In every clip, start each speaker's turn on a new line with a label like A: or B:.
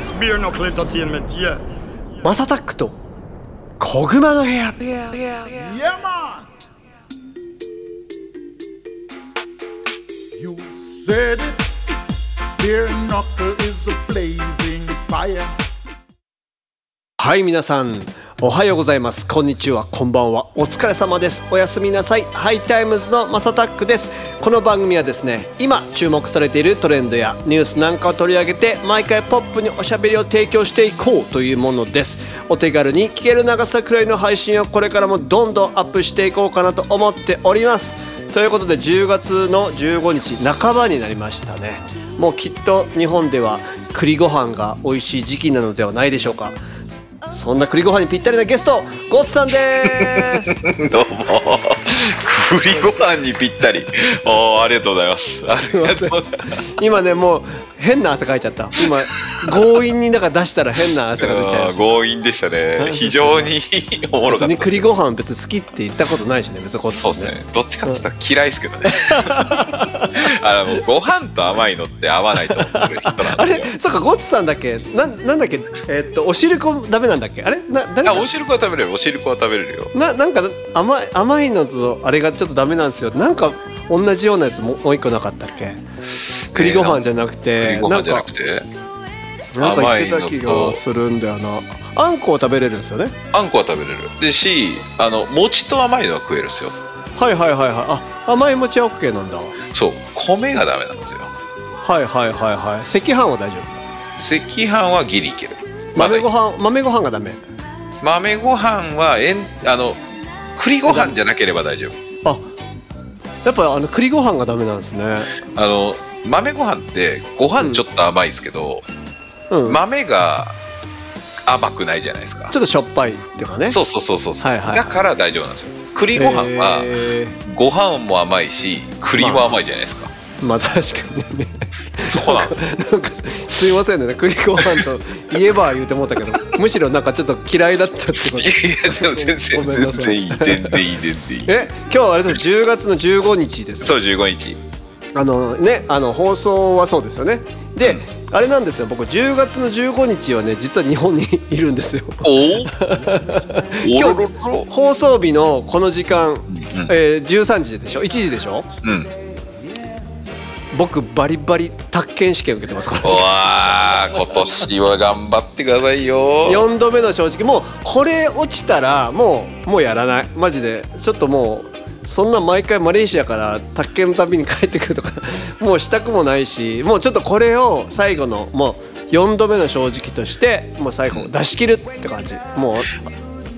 A: It's beer knuckle entertainment, yeah.
B: マサタックと小熊の部屋
A: Yeah, man.
C: You said it. Beer knuckle is a blazing fire.
B: はい皆さんおはようございますこんにちはこんばんはお疲れ様ですおやすみなさいハイタイムズのマサタックですこの番組はですね今注目されているトレンドやニュースなんかを取り上げて毎回ポップにおしゃべりを提供していこうというものですお手軽に聞ける長さくらいの配信をこれからもどんどんアップしていこうかなと思っておりますということで10月の15日半ばになりましたねもうきっと日本では栗ご飯が美味しい時期なのではないでしょうかそんな栗ご飯にぴったりなゲスト、ゴッツさんでーす。
D: どうも。栗ご飯にぴったり。おーありがとうございます。
B: すいません。今ね、もう変な汗かいちゃった。今、強引になんか出したら変な汗が出ちゃいま
D: あー
B: し
D: 強引でしたね。非常にお
B: た。
D: もろか
B: 別
D: った
B: に。栗ご飯別に好きって言ったことないしね、別にゴッツさ
D: そ
B: ん
D: うですね。どっちかって言ったら嫌いですけど ね。あのもうご飯と甘いのって合わないと思ってる人なん
B: あ
D: ですよ。
B: れ、 そっか、ゴッツさんだっけ、なん、なんだっけ、えーっと、お汁粉ダメなんだっけ、あれ、な、誰
D: あ、
B: だ
D: お汁粉は食べれる。お汁粉は食べれるよ。
B: な、なんか、甘い、甘いのと、あれがちょっとダメなんですよ。なんか、同じようなやつも、もう一個なかったっけ。栗ご飯じゃなくて、
D: 栗ご飯じゃなくて。
B: なんか、なんか言ってた気
D: 甘いの
B: が
D: と
B: するんだよな。あんこを食べれるんですよね。
D: あんこは食べれる。でし、あの餅と甘いのは食えるんですよ。
B: はいはいはいはいあ甘い餅は OK なんだ
D: そう、米がダメなんですよ。
B: はいはいはいはい赤飯は大丈夫
D: 赤飯はギリいける。ま
B: 豆
D: だいける
B: ご飯豆ご飯がダメ
D: 豆ご飯はえんあの栗ご飯じゃなければ大丈夫
B: あやっぱあの栗ご飯がダメなんですね
D: あの豆ご飯ってご飯ちょっと甘いですけど、
B: うん、
D: 豆が甘くないじゃないですか
B: ちょっとしょっぱいっていうかね
D: そうそうそうそう、
B: はいはいはい
D: だから大丈夫なんですよ栗ご飯は
B: へ
D: ご飯も甘いし栗も甘いじゃないですか、
B: ーまあ確かにね
D: そうなんですよ
B: なんかすいませんね栗ご飯と言えば言うて思ったけどむしろなんかちょっと嫌いだったってこ
D: い
B: と
D: やいやでも全然
B: ごめんな
D: 全
B: さい
D: 然いい全然いい全然いい
B: え今日はあれです10月の15日です
D: そう15日
B: あのねあの放送はそうですよねで、あれなんですよ僕10月の15日はね実は日本にいるんですよ
D: おおお
B: 今日
D: ろろろ
B: 放送日のこの時間、えー13時でしょ1時でしょ
D: うん
B: 僕バリバリ宅建試験受けてますこの時
D: う
B: 間
D: わー今年は頑張ってくださいよ
B: 4度目の正直もうこれ落ちたらもうもうやらないマジでちょっともうそんな毎回マレーシアから宅建のたびに帰ってくるとかもうしたくもないし もうちょっとこれを最後のもう4度目の正直としてもう最後出し切るって感じもう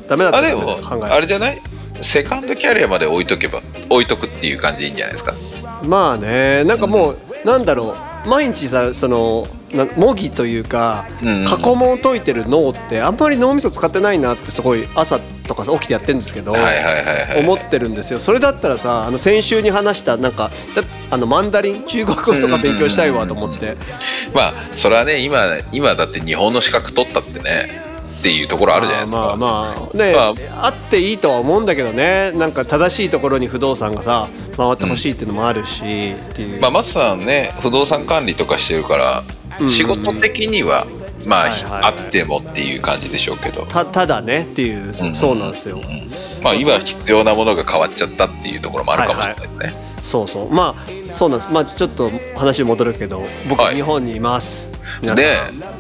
B: ダメだった
D: あ
B: ら
D: で
B: ダメだ
D: も
B: と考え
D: あれじゃないセカンドキャリアまで置いとけば置いとくっていう感じでいいんじゃないですか
B: まあねなんかもう、なんだろう毎日さそのな模擬というか、
D: うんうん
B: 過去問を解いてる脳ってあんまり脳みそ使ってないなってすごい朝とかさ起きてやってるんですけど、
D: はいはいはいはい
B: 思ってるんですよそれだったらさあの先週に話したなんかだあのマンダリン中国語とか勉強したいわと思って、
D: まあそれはね今今だって日本の資格取ったってねっていうところあるじゃないですか
B: まあまあね、
D: ま
B: あっていいとは思うんだけどねなんか正しいところに不動産がさ回ってほしいっていうのもあるし、っていう、
D: まあ松さんね不動産管理とかしてるから、仕事的にはまあ、
B: はいはいはい
D: あってもっていう感じでしょうけど
B: たただねっていう、そうなんですよ。
D: まあ今必要なものが変わっちゃったっていうところもあるかもしれないですね、
B: そうそうまあそうなんですまあちょっと話戻るけど僕
D: はい
B: 日本にいます、皆さん
D: ねえ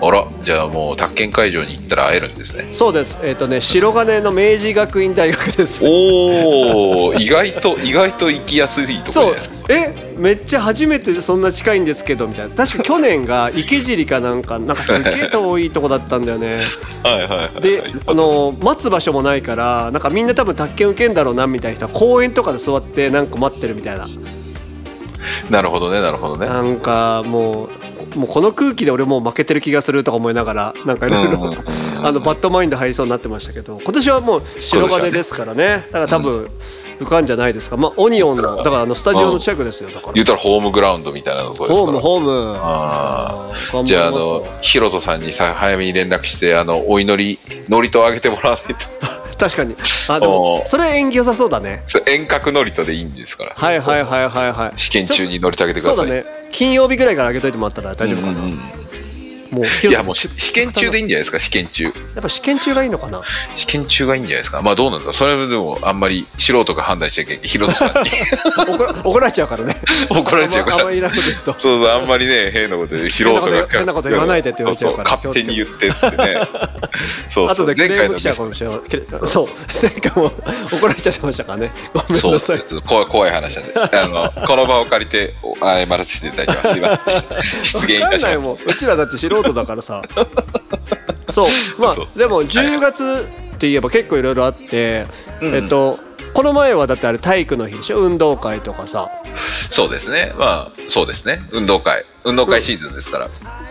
D: あらじゃあもう宅建会場に行ったら会えるんですね
B: そうですえっ、とね白金の明治学院大学です
D: おお意外と意外と行きやすいと
B: そ
D: ころじゃないうですか
B: えめっちゃ初めてそんな近いんですけどみたいな確か去年 が池尻かなんかなんかすげえ遠いとこだったんだよね
D: はいはいはい
B: で
D: よかっ
B: あ
D: たです
B: の待つ場所もないからなんかみんな多分宅建受けんだろうなみたいな人は公園とかで座ってなんか待ってるみたいな
D: なるほどねなるほどね
B: なんかもうもうこの空気で俺もう負けてる気がするとか思いながらなんかいろい
D: うんうん
B: ろ
D: うん
B: あのバッドマインド入りそうになってましたけど今年はもう白金ですからねだから多分浮かんじゃないですかまあオニオンのだからあのスタジオの近くですよだから
D: 言うたらホームグラウンドみたいなとこです
B: ホー
D: か
B: ム
D: ら
B: ホーム
D: あ
B: 頑張りますよ
D: じゃああのヒロトさんにさ早めに連絡してあのお祈り祝詞とあげてもらわないと
B: 確かにあで
D: お
B: も
D: ー
B: それ縁起良さそうだね
D: それ遠隔祝詞でいいんですから
B: はいはいはいはいはい
D: 試験中に祝詞とあげてく
B: そ
D: だ
B: うだ
D: さい
B: ね金曜日ぐらいから上げといてもらったら大丈夫かな、もう
D: いやもうし試験中でいいんじゃないですか試験中
B: やっぱ試験中がいいのかな
D: 試験中がいいんじゃないですかまあどうなんだろうそれでもあんまり素人が判断しちゃいけないヒロトさんに
B: 怒ら怒られちゃうから ね
D: 怒られちゃうか
B: あん
D: ら
B: まりいらんこと言うと
D: そうそうあんまりね変なこと言う素人が
B: 変なこと言わないでって言われちゃうから
D: そうそう勝手に言ってっつってねそうそ
B: 後で
D: う
B: ク
D: 前
B: レー
D: 回
B: ム来
D: のね
B: ちゃうかもしれないけどそう前回もう怒られちゃってましたからねごめん
D: そう
B: な
D: ち
B: さ
D: ょ
B: い
D: っと怖い怖い話なんであの この場を借りてお謝らせていただきますすいませ ん失言い
B: わか
D: た
B: ん
D: し
B: ない
D: ま
B: もん
D: し
B: うちらだって素人だから さそうま
D: そう
B: あでも10月って言えば結構いろいろあって、えっとこの前はだってあれ体育の日でしょ運動会とかさ
D: たそうですねまあそうですね運動会運動会シーズンですから、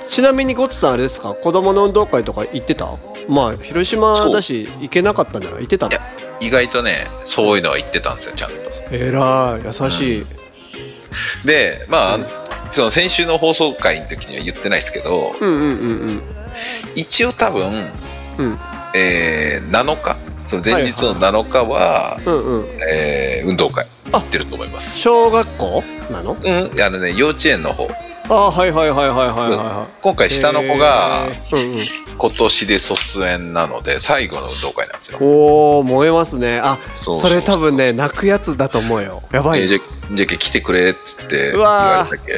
B: ちなみにゴッツさんあれですか子供の運動会とか行ってたまあ広島だし行けなかったんじゃない行ってたの
D: いや意外とねそういうのは言ってたんですよちゃんと
B: えらい優しい、
D: でまあ、その先週の放送回の時には言ってないですけど、
B: うん、うんうんうん
D: 一応多分、
B: うん
D: えー7日その前日の7日は、
B: うんうん
D: えー運動会行ってると思います
B: 小学校なの
D: うんあのね幼稚園の方
B: あーはいはいはいはいはいはいは
D: 今回
B: い
D: 下の子が
B: へーうんうん
D: 今年で卒園なので最後の運動会なんですよ
B: おー燃えますねあ
D: そ
B: そう
D: そう
B: れ多分ね泣くやつだと思うよやばい、
D: えーじゃじゃけ来てくれっつって
B: う
D: 言わ
B: わー
D: れたけ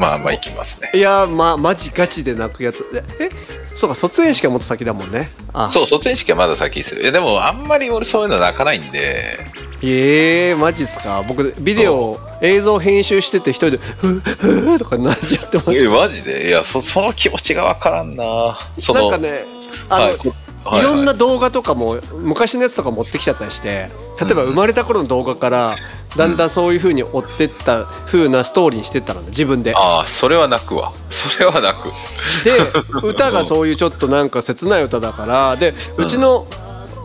D: まあまあ行きますね
B: いやーまマジガチで泣くやつええそうか卒園式はもっと先だもんねあ
D: そう卒園式はまだ先ですよいやでもあんまり俺そういうの泣かないんで
B: ええマジっすか僕ビデオ映像編集してて一人で「ふふとかなっちゃってま
D: え
B: し
D: マジでいやそその気持ちが分からんな
B: た
D: そ
B: な
D: の
B: んかねあの、
D: はいいこはいはい
B: ろんな動画とかも昔のやつとか持ってきちゃったりして例えば生まれた頃の動画からだんだんそういう風に追ってった風なストーリーにしてったのね自分で
D: ああそれは泣くわそれは泣く
B: で歌がそういうちょっとなんか切ない歌だからでうちの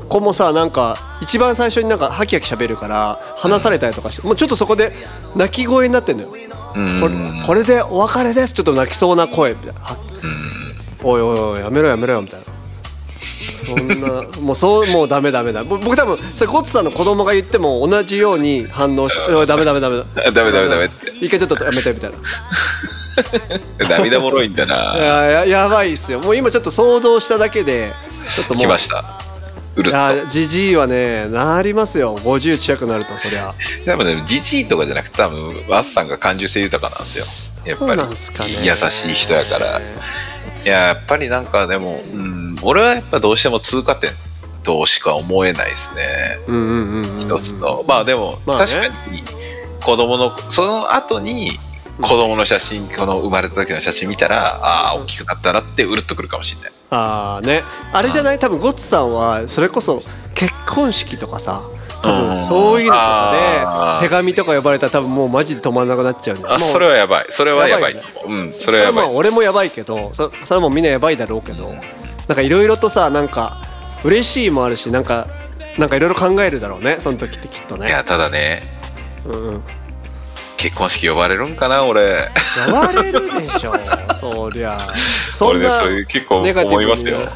B: 子もさなんか一番最初になんかハキハキ喋るから話されたりとかして、もうちょっとそこで泣き声になってんのよ、これこれでお別れですちょっと泣きそうな声みたいな、はおいおいおいやめろやめろよみたいなそんなもうそうもうダメダメだ僕僕多分それゴッツさんの子供が言っても同じように反応 しおいダメダメダメだ
D: ダメダメダメって
B: 一回ちょっとやめてみたいな
D: 涙もろいんだ
B: い
D: な
B: やややばいっすよもう今ちょっと想像しただけでちょっともう
D: 来ましたうるっ
B: い
D: と
B: やじじいはねなりますよ50近くなるとそりゃ
D: 多分ねじじいとかじゃなくて多分ワッさんが感受性豊かなんですよやっぱ
B: そう
D: り
B: なんすかね
D: 優しい人やからいややっぱりなんかでも、うん、俺はやっぱどうしても通過点としか思えないですね
B: うんうんうんうん
D: 一つのまあでも、
B: まあね
D: 確かに子供のその後に子供の写真この生まれた時の写真見たらああ大きくなったなってうるっとくるかもしれない
B: ああねあれじゃない多分ゴッツさんはそれこそ結婚式とかさ多
D: うん
B: 分そういうのとか
D: あー
B: で手紙とか呼ばれたら多分もうマジで止まんなくなっちゃうんだよも
D: あ
B: う
D: それはやばいそれはやばい
B: やばい
D: うんそれ
B: そ
D: は
B: れ
D: や
B: はま
D: ば
B: あ
D: い
B: 俺もやばいけどそそれはもうみんなやばいだろうけどなんかいろいろとさなんか嬉しいもあるしなんかなんかいろいろ考えるだろうねその時ってきっと
D: い
B: ね
D: やただね
B: うんうん
D: 結婚式呼ばれるんかな俺
B: やわれるでしょそりゃそんな
D: 俺ねそれ結構
B: ネガティブに
D: 思いま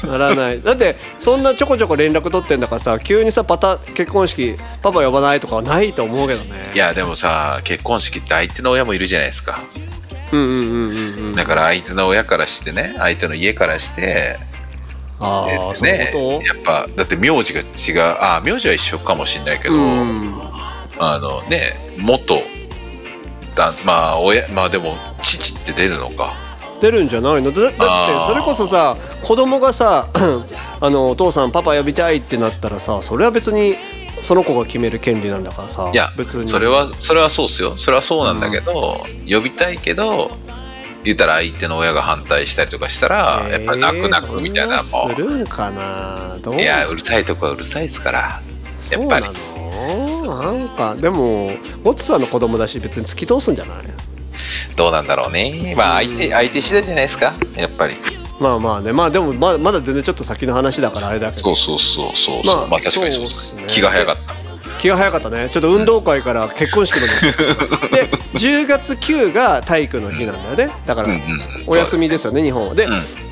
D: すよ
B: ならないだってそんなちょこちょこ連絡取ってんだからさ急にさパタ結婚式パパ呼ばないとかはないと思うけどね
D: いやでもさ結婚式って相手の親もいるじゃないですか
B: うんうんうんうんうん
D: だから相手の親からしてね相手の家からして
B: あ
D: え
B: あ、
D: ー
B: そうい
D: ね
B: うこ
D: やっぱだって名字が違うあー名字は一緒かもしれないけど、
B: とうん
D: あのね元だまあ親まあでも父って出るのか
B: 出るんじゃないのだだって
D: あー
B: それこそさ子供がさ あのお父さんパパ呼びたいってなったらさそれは別にその子が決める権利なんだからさ
D: いや
B: 別に
D: それはそれはそうっすよそれはそうなんだけど、呼びたいけど言ったら相手の親が反対したりとかしたら、やっぱ泣く泣くみたいな
B: えーそん
D: も
B: するんかなどう
D: ういやうるさいとこはうるさいですからやっぱり
B: そうなのなんかでもゴッツさんの子供だし別に突き通すんじゃない
D: どうなんだろうねまあ相手相手次第じゃないですかやっぱり
B: まあまあねまあでもままだ全然ちょっと先の話だからあれだけど
D: そうそうそうそう、
B: ま
D: ま
B: あ
D: あ、確かにそう
B: そうっ
D: っす
B: すね
D: 気が早かった
B: 気が早かったねちょっと運動会から結婚式ま でで10月9が体育の日なんだよねだから
D: んうん
B: お休みですよね日本はで,、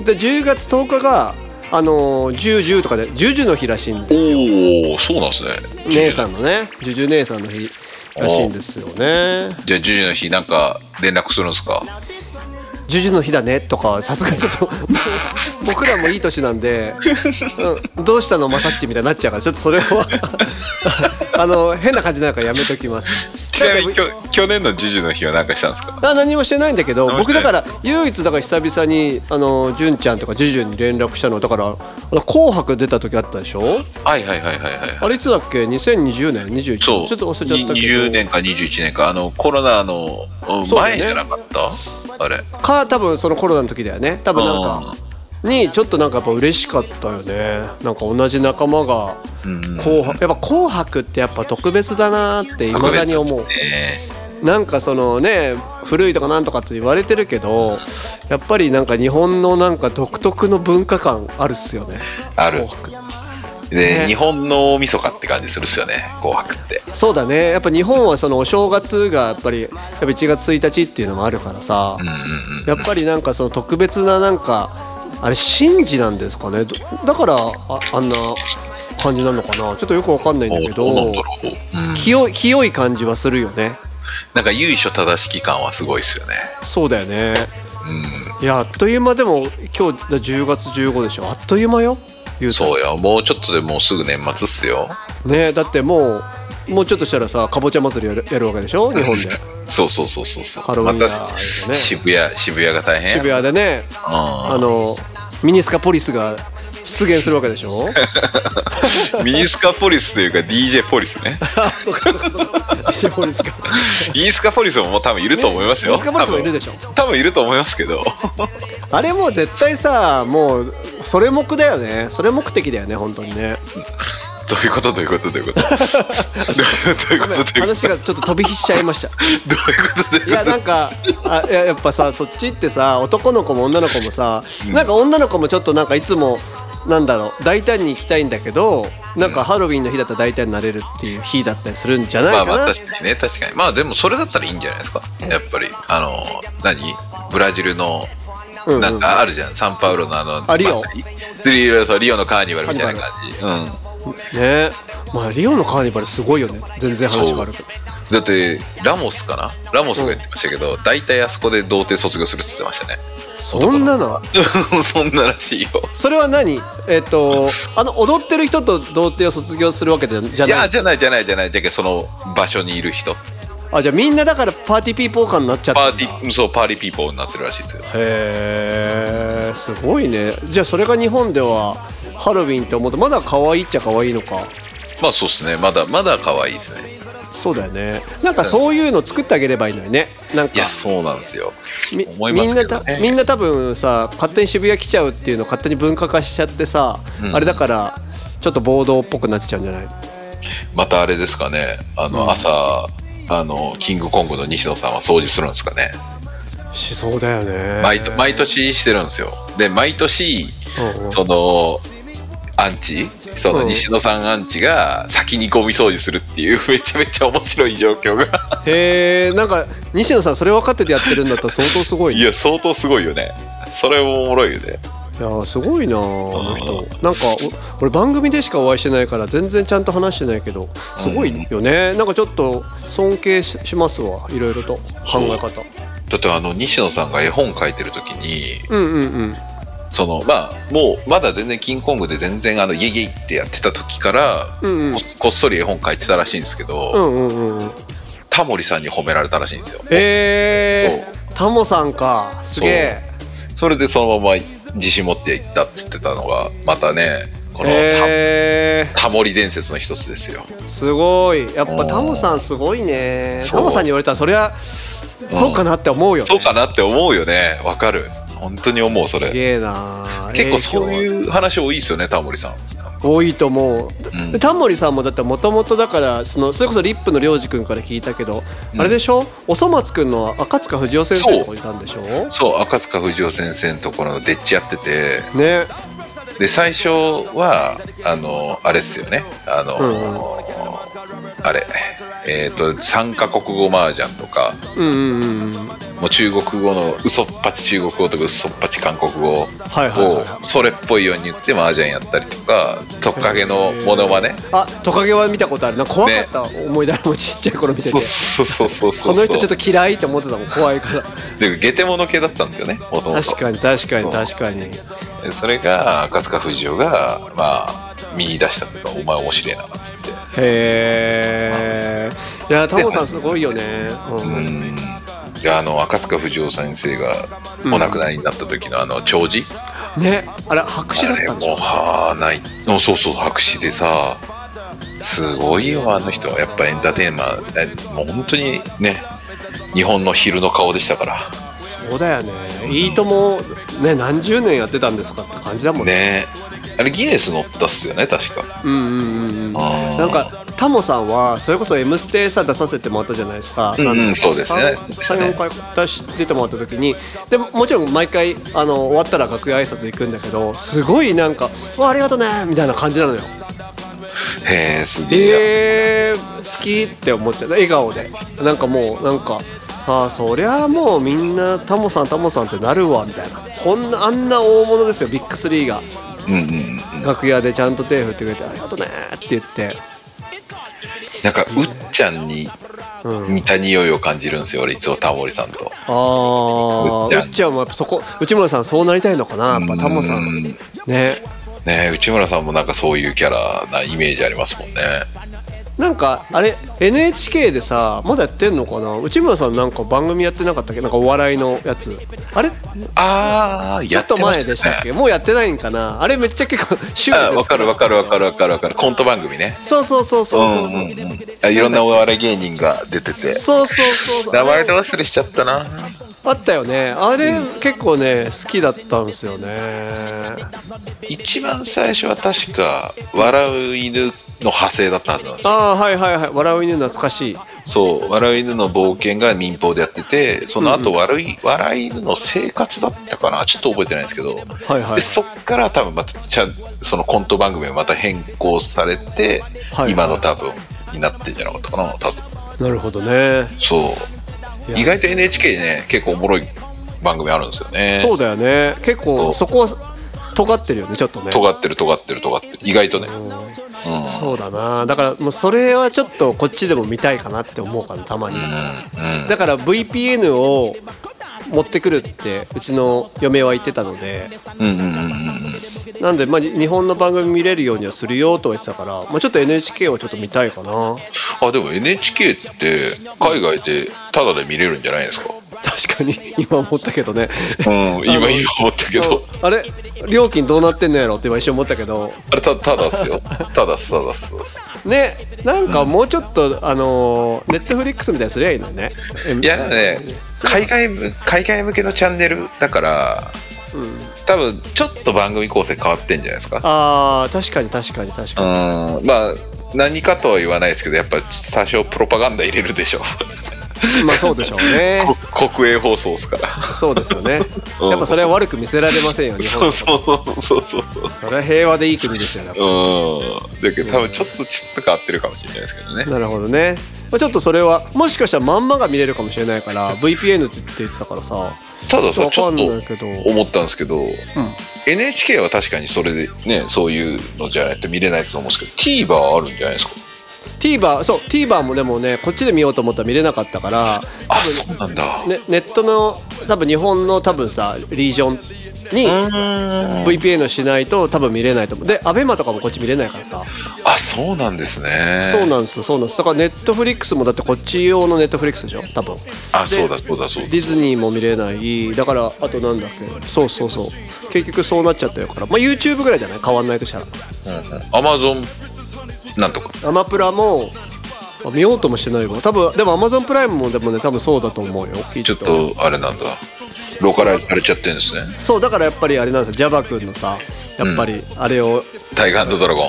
B: で10月10日があのー、1010とかで1010の日らしいんですよ
D: おおそうなんですね
B: 姉さんのね1010姉さんの日らしいんですよね
D: じゃあジュジュの日なんか連絡するんですか
B: 10ジュジュの日だねとかさすがにちょ っと僕らもいい年なんで、うん、どうしたのマサッチみたいになっちゃうからちょっとそれは あの変な感じになるからやめときます
D: ちなみにきょ去年のジュジュの日は何かしたんですか
B: あ何もしてないんだけど
D: 何も
B: 僕
D: してな
B: だ
D: い
B: から唯一だから久々にあの純ちゃんとかジュジュに連絡したのだからあの「紅白」出た時あったでしょ
D: はいはいはいはいはい
B: あれいつだっけ2020年21年
D: そう
B: ちょっと忘れちゃったけど
D: 20年か21年かあのコロナのうん
B: そうだね
D: 前じゃなかった、あれ
B: か多分そのコロナの時だよね多分なんかにちょっとなんかやっぱ嬉しかったよねなんか同じ仲間が「紅白」やっぱ「紅白」ってやっぱ特別だなっていまだに思う
D: 特別ですね
B: なんかそのね古いとかなんとかって言われてるけどやっぱりなんか日本のなんか独特の文化感あるっすよね
D: ある
B: 紅白
D: で、
B: ね
D: 日本の大晦日って感じするっすよね紅白って
B: そうだねやっぱ日本はそのお正月がやっぱりやっぱ1月1日っていうのもあるからさ、やっぱりなんかその特別ななんかあれ神事なんですかねどだからああんな感じなのかなちょっとよくわかんないんだけ
D: おどうなん
B: ど
D: だろううん
B: 清い清い感じはするよね
D: なんか由緒正しき感はすごいっすよね
B: そうだよね、いやあっという間でも今日だ10月15でしょあっという間よ言うたら
D: そうよもうちょっとでもうすぐ年末っすよ
B: ねだってもうもうちょっとしたらさかぼちゃ祭りやるやるわけでしょ日本で
D: そうそうそうそうそう
B: ハロウィン
D: また
B: があれだね
D: 渋谷渋谷が大変
B: 渋谷でねあのミニスカポリスが出現するわけでし ょ
D: うんミニスカポリスというか DJ ポリスね
B: あそうかそうかそうか西ポリスか
D: ミニスカポリスももう多分いると思いますよ、
B: ミニスカポリスもいるでしょ
D: 多分多分いると思いますけど
B: あれもう絶対さもうそれ目だよねそれ目的だよね本当にね
D: どういうことどういうことどういうことどういうことどういうことどういうこと
B: 話がちょっと飛び火しちゃいました
D: どういうこと
B: いやなんかあいややっぱさそっちってさ男の子も女の子もさ、なんか女の子もちょっとなんかいつもなんだろう大胆に行きたいんだけどなんかハロウィンの日だったら大胆になれるっていう日だったりするんじゃない
D: まあ
B: かな、
D: まあ確かにね確かにまあでもそれだったらいいんじゃないですかやっぱりあの何ブラジルの
B: うんうん
D: なんかあるじゃん、サンパウロのあの
B: あリオ
D: リオそうリオのカーニバルみたいな感じうん
B: ねまあリオのカーニバルすごいよね全然話があるけど
D: だってラモスかなラモスが言ってましたけど、大体あそこで童貞卒業するっつってましたね
B: そんなの
D: そんならしいよ
B: それは何えっ、とあの踊ってる人と童貞を卒業するわけじゃない
D: いやじゃないじゃないじゃないじゃけどその場所にいる人
B: あじゃあみんなだからパーティーピーポー感になっちゃった
D: パ
B: ん
D: ー
B: だ
D: ティーそうパーティーピーポーになってるらしいですよ
B: へえすごいねじゃあそれが日本ではハロウィンって思うとまだ可愛いっちゃ可愛いのか
D: まあそうっすねまだまだ可愛いですね
B: そうだよねなんかそういうの作ってあげればいいのにねなんか
D: いやそうなんですよ
B: み
D: 思いますけど
B: みんなたみ
D: ね
B: んな多分さ勝手に渋谷来ちゃうっていうのを勝手に文化化しちゃってさ、あれだからちょっと暴動っぽくなっちゃうんじゃない
D: またあれですかねあの朝、あのキングコングの西野さんは掃除するんですかね
B: しそうだよね
D: 毎年毎年してるんですよで毎年
B: うんうん
D: そのアンチその
B: うん
D: 西野さんアンチが先にゴミ掃除するっていう めちゃめちゃ面白い状況が
B: へえんか西野さんそれ分かっててやってるんだったら相当すごい
D: い
B: ね
D: や相当すごいよねそれもおもろいよね
B: いやーすごいなーあの人なんかお俺番組でしかお会いしてないから全然ちゃんと話してないけどすごいよね、なんかちょっと尊敬ししますわいろいろと考え方
D: だってあの西野さんが絵本書いてる時に
B: うんうんうん
D: そのまあもうまだ全然キングコングで全然あのイエイイエイってやってた時から、
B: んうん
D: ここっそり絵本書いてたらしいんですけど、
B: うんうんうん
D: タモリさんに褒められたらしいんですよ
B: えー、タモさんかすげえ
D: それでそのまま自信持って行ったっつってたのがまたねこのタ,、
B: え
D: タモリ伝説の一つですよ
B: ー、すごいやっぱ
D: うん
B: タモさんすごいね
D: そう
B: タモさんに言われたらそりゃそうかなって思うよね
D: そうかなって思うよねわかる本当に思うそ
B: す
D: れ
B: げえなー
D: 結構そう
B: 影響
D: いう話多いですよねタモリさん
B: 多いと思う、
D: ん
B: でタモリさんもだってもともとだからそのそれこそリップの良二君から聞いたけど、あれでしょおそ松くんの赤塚不二夫先生のとこいたんでしょ
D: そう赤塚不二夫先生のところのでっちやってて
B: ね
D: で最初はあのあれっすよねあの、
B: ん
D: あれ、えっ、と、3カ国語麻雀とか、
B: うんうんうんうん
D: もう中国語の嘘っぱち中国語とか嘘っぱち韓国語を
B: はいはいはいは
D: それっぽいように言って麻雀やったりとかトカゲのモノマネ
B: あトカゲは見たことあるな怖かった思い出あるもんちっちゃい頃見てて
D: そうそうそうそ
B: こ
D: うそう
B: の人ちょっと嫌いって思ってたもん怖い から
D: でゲテモノ系だったんですよねもともと
B: 確かに確かに確かに
D: でそれが赤塚不二夫がまあ見出したというかお前面白いなっつって
B: へえいやタモさんすごいよね、うん
D: であの赤塚不二夫先生がお亡くなりになった時のあの弔辞、
B: ねあれ白紙だ
D: あ
B: っ
D: れ
B: たんでし
D: も
B: ょ
D: はないおそうそう白紙でさすごいよあの人はやっぱエンターテインマーえもう本当にね日本の昼の顔でしたから
B: そうだよねいいともね何十年やってたんですかって感じだもんね
D: ねあれギネス乗ったっすよね確か
B: うんうんうんうん
D: あー
B: なんかタモさんはそれこそ「M ステ」さ出させてもらったじゃないですか、
D: うんうんそうですね
B: 34回出し出てもらった時にでももちろん毎回あの終わったら楽屋挨拶行くんだけどすごいなんか「わありがとね」みたいな感じなのよ
D: へえすげえ、
B: えー、好きって思っちゃう笑顔でなんかもうなんかああそりゃもうみんなタモさんタモさんってなるわみたいなこんなあんな大物ですよビッグスリーが
D: うんうんうん、
B: 楽屋でちゃんと手振ってくれてありがとねって言って
D: なんかうっちゃんに似た匂いを感じるんですよ俺いつもタモリさんと
B: あ
D: うっちゃ
B: あ
D: ん
B: うっちゃんもやっぱそこ内村さんそうなりたいのかなやっぱタモさん
D: うん
B: ね
D: ね内村さんもなんかそういうキャラなイメージありますもんね
B: なんかあれ NHK でさまだやってんのかな内村さんなんか番組やってなかったっけなんかお笑いのやつあれ
D: ああ
B: ちょ
D: や
B: っ
D: って
B: と
D: ま
B: 前
D: したね
B: でしたっけもうやってないんかなあれめっちゃ結構趣味
D: あ
B: です
D: わかるわかるわかるわかるわかるコント番組ね
B: そうそうそうそうそう
D: うん
B: そう
D: うんうんあいろんなお笑い芸人が出てて
B: そうそうそう
D: 名前と忘れしちゃったな
B: あったよねあれ結構ね好きだったんですよね
D: 一番最初は確か「笑う犬」の派生だったはずなんですよ
B: ああはいはいはい「笑う犬懐かしい」
D: そう「笑う犬の冒険」が民放でやっててその後、悪い笑い犬の生活」だったかなちょっと覚えてないんですけど、
B: はいはい
D: でそっから多分またちゃんそのコント番組がまた変更されて、
B: はいはい
D: 今の多分になってんじゃなかったかな多分
B: なるほどね
D: そう
B: いや
D: 意外と NHK ね結構おもろい番組あるんですよね
B: そうだよね結構
D: そ
B: そこは尖ってるよねちょっとね
D: 尖ってる尖ってる尖ってる意外とね
B: そうだなだからもうそれはちょっとこっちでも見たいかなって思うかなたまに、だから VPN を持ってくるってうちの嫁は言ってたので
D: うんうんうんうん
B: なんで、まあ、に日本の番組見れるようにはするよとは言ってたから、まあ、ちょっと NHK をちょっと見たいかな
D: あでも NHK って海外でタダで見れるんじゃないですか
B: 確かに今思ったけどね
D: うん今今思ったけど
B: あれ料金どうなってんのやろって今一瞬思ったけど
D: あれたタダっすよタダっすタダっすタダっす
B: ねなんかもうちょっと、あのネットフリックスみたいにすりゃいいのにね
D: いやでもね海外む海外向けのチャンネルだから、多分ちょっと番組構成変わってんじゃないですか
B: あー確かに確かに確かに
D: うんまあ何かとは言わないですけどやっぱ多少プロパガンダ入れるで しょ
B: まあそうでしょう ね
D: こ国営放送ですから
B: そうですよね
D: うん
B: やっぱそれは悪く見せられませんよ日
D: そう
B: 本
D: そうそうそうそうそう
B: それは平和でいい国ですよやっぱ
D: うんだけど多分ちょっとちょっと変わってるかもしれないですけどね
B: なるほどねまあちょっとそれはもしかしたらまんまが見れるかもしれないから VPN って言ってたからさ
D: たださ
B: わ
D: ち
B: か
D: ょっ
B: ん
D: と
B: ない
D: 思
B: けど
D: ったんですけど、NHK は確かにそれでねそういうのじゃないと見れないと思うんですけど TVer あるんじゃないですか
B: TVer そう TVer もでもねこっちで見ようと思ったら見れなかったから多
D: あ
B: 分
D: そうなんだ、
B: ね、ネットの多分日本の多分さリージョンに VPN をしないと多分見れないと思うで ABEMA とかもこっち見れないからさ
D: あそうなんですね
B: そうなんですそうなんですだからネットフリックスもだってこっち用のネットフリックスでしょ多分
D: あそうだそうだそうだ
B: ディズニーも見れないだからあとなんだっけそうそうそう結局そうなっちゃったよからまあ YouTube ぐらいじゃない変わんないとしたら
D: アマゾンなんとか
B: アマプラもあ見ようともしてないわ多分でも Amazon プライムもでもね多分そうだと思うよきっ
D: ちょ
B: と
D: っとあれなんだローカライズされちゃってるんですね
B: そうだからやっぱりあれなんですよジャバ君のさやっぱりあれを、
D: タイガードラゴン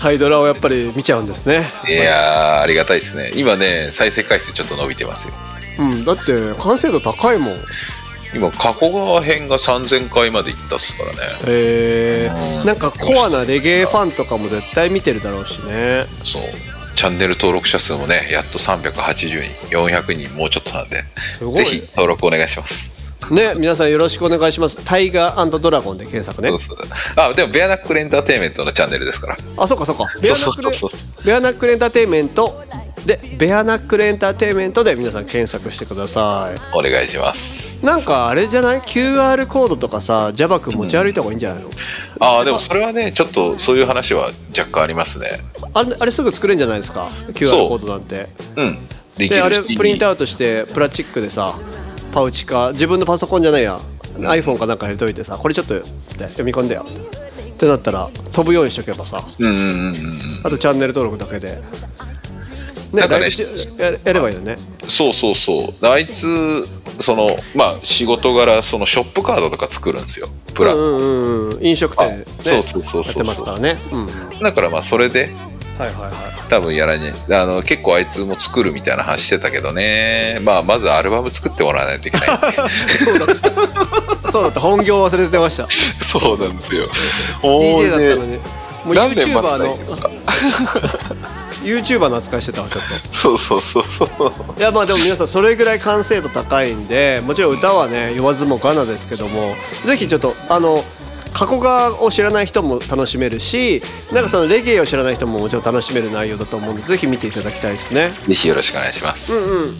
B: タイドラをやっぱり見ちゃうんですね
D: いやーありがたいですね今ね再生回数ちょっと伸びてますよ
B: うんだって完成度高いもん
D: 今加古川編が3000回までいったっすからね
B: えー、なんかコアなレゲエファンとかも絶対見てるだろうしね
D: そうチャンネル登録者数もね、やっと380人、400人、もうちょっとなんで
B: ご、い
D: ぜひ登録お願いします。
B: ね皆さんよろしくお願いしますタイガードラゴンで検索ね
D: そうそうあ、でも、ベアナックルエンターテインメントのチャンネルですから。
B: あそうかそうかベア
D: そ
B: ナ
D: う
B: ック
D: そうそうそう
B: ルベアナックルエンターテインメントでベアナックルエンターテインメントで皆さん検索してください
D: お願いします。
B: なんかあれじゃない QR コードとかさジャバ君持ち歩いた方がいいんじゃないの、
D: ああ、でもそれはね、ちょっとそういう話は若干ありますね。
B: あれあれすぐ作れるんじゃないですか QR コードなんて
D: うん。で
B: であれ
D: し
B: プリントアウトしてプラスチックでさパウチか自分のパソコンじゃないや、iPhone かなんか入れといてさこれちょっと読み込んでよってなったら飛ぶようにしとけばさ
D: うんうんうんうん。
B: あとチャンネル登録だけでね
D: なんか
B: ラ
D: ね
B: イブ中ややればいいよね
D: そうそうそう。あいつ、その、まあ、仕事柄、そのショップカードとか作るんですよ。プラ。
B: うんうんうん飲食店、ね、
D: あそうそうそうそう
B: やってますからねうん
D: だからまあ、それで、
B: はいはいは
D: 多分やらに、あの、結構あいつも作るみたいな話してたけどね。まあ、まずアルバム作ってもらわないといけない。
B: いそうだった本業忘れてました
D: そうなんですよ。
B: DJ だったの
D: もう
B: に
D: ね
B: もう
D: 何年
B: YouTuber
D: 待
B: の
D: ってたらいいのか
B: YouTuber の扱いしてたわちょっと
D: そうそうそうそう。
B: いやまあでも皆さんそれぐらい完成度高いんでもちろん歌はね言わずもがなですけどもぜひちょっとあの過去側を知らない人も楽しめるしなんかそのレゲエを知らない人ももちろん楽しめる内容だと思うんでぜひ見ていただきたいですね
D: ぜひよろしくお願いします。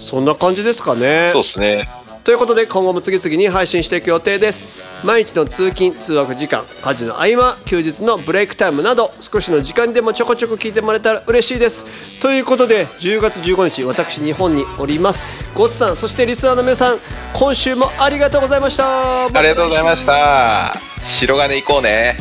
B: そんな感じですかね
D: そうですね。
B: ということで今後も次々に配信していく予定です毎日の通勤通学時間家事の合間休日のブレイクタイムなど少しの時間でもちょこちょこ聞いてもらえたら嬉しいですということで10月15日私日本におりますゴツさんそしてリスナーの皆さん今週もありがとうございました
D: ありがとうございました。白金行こうね。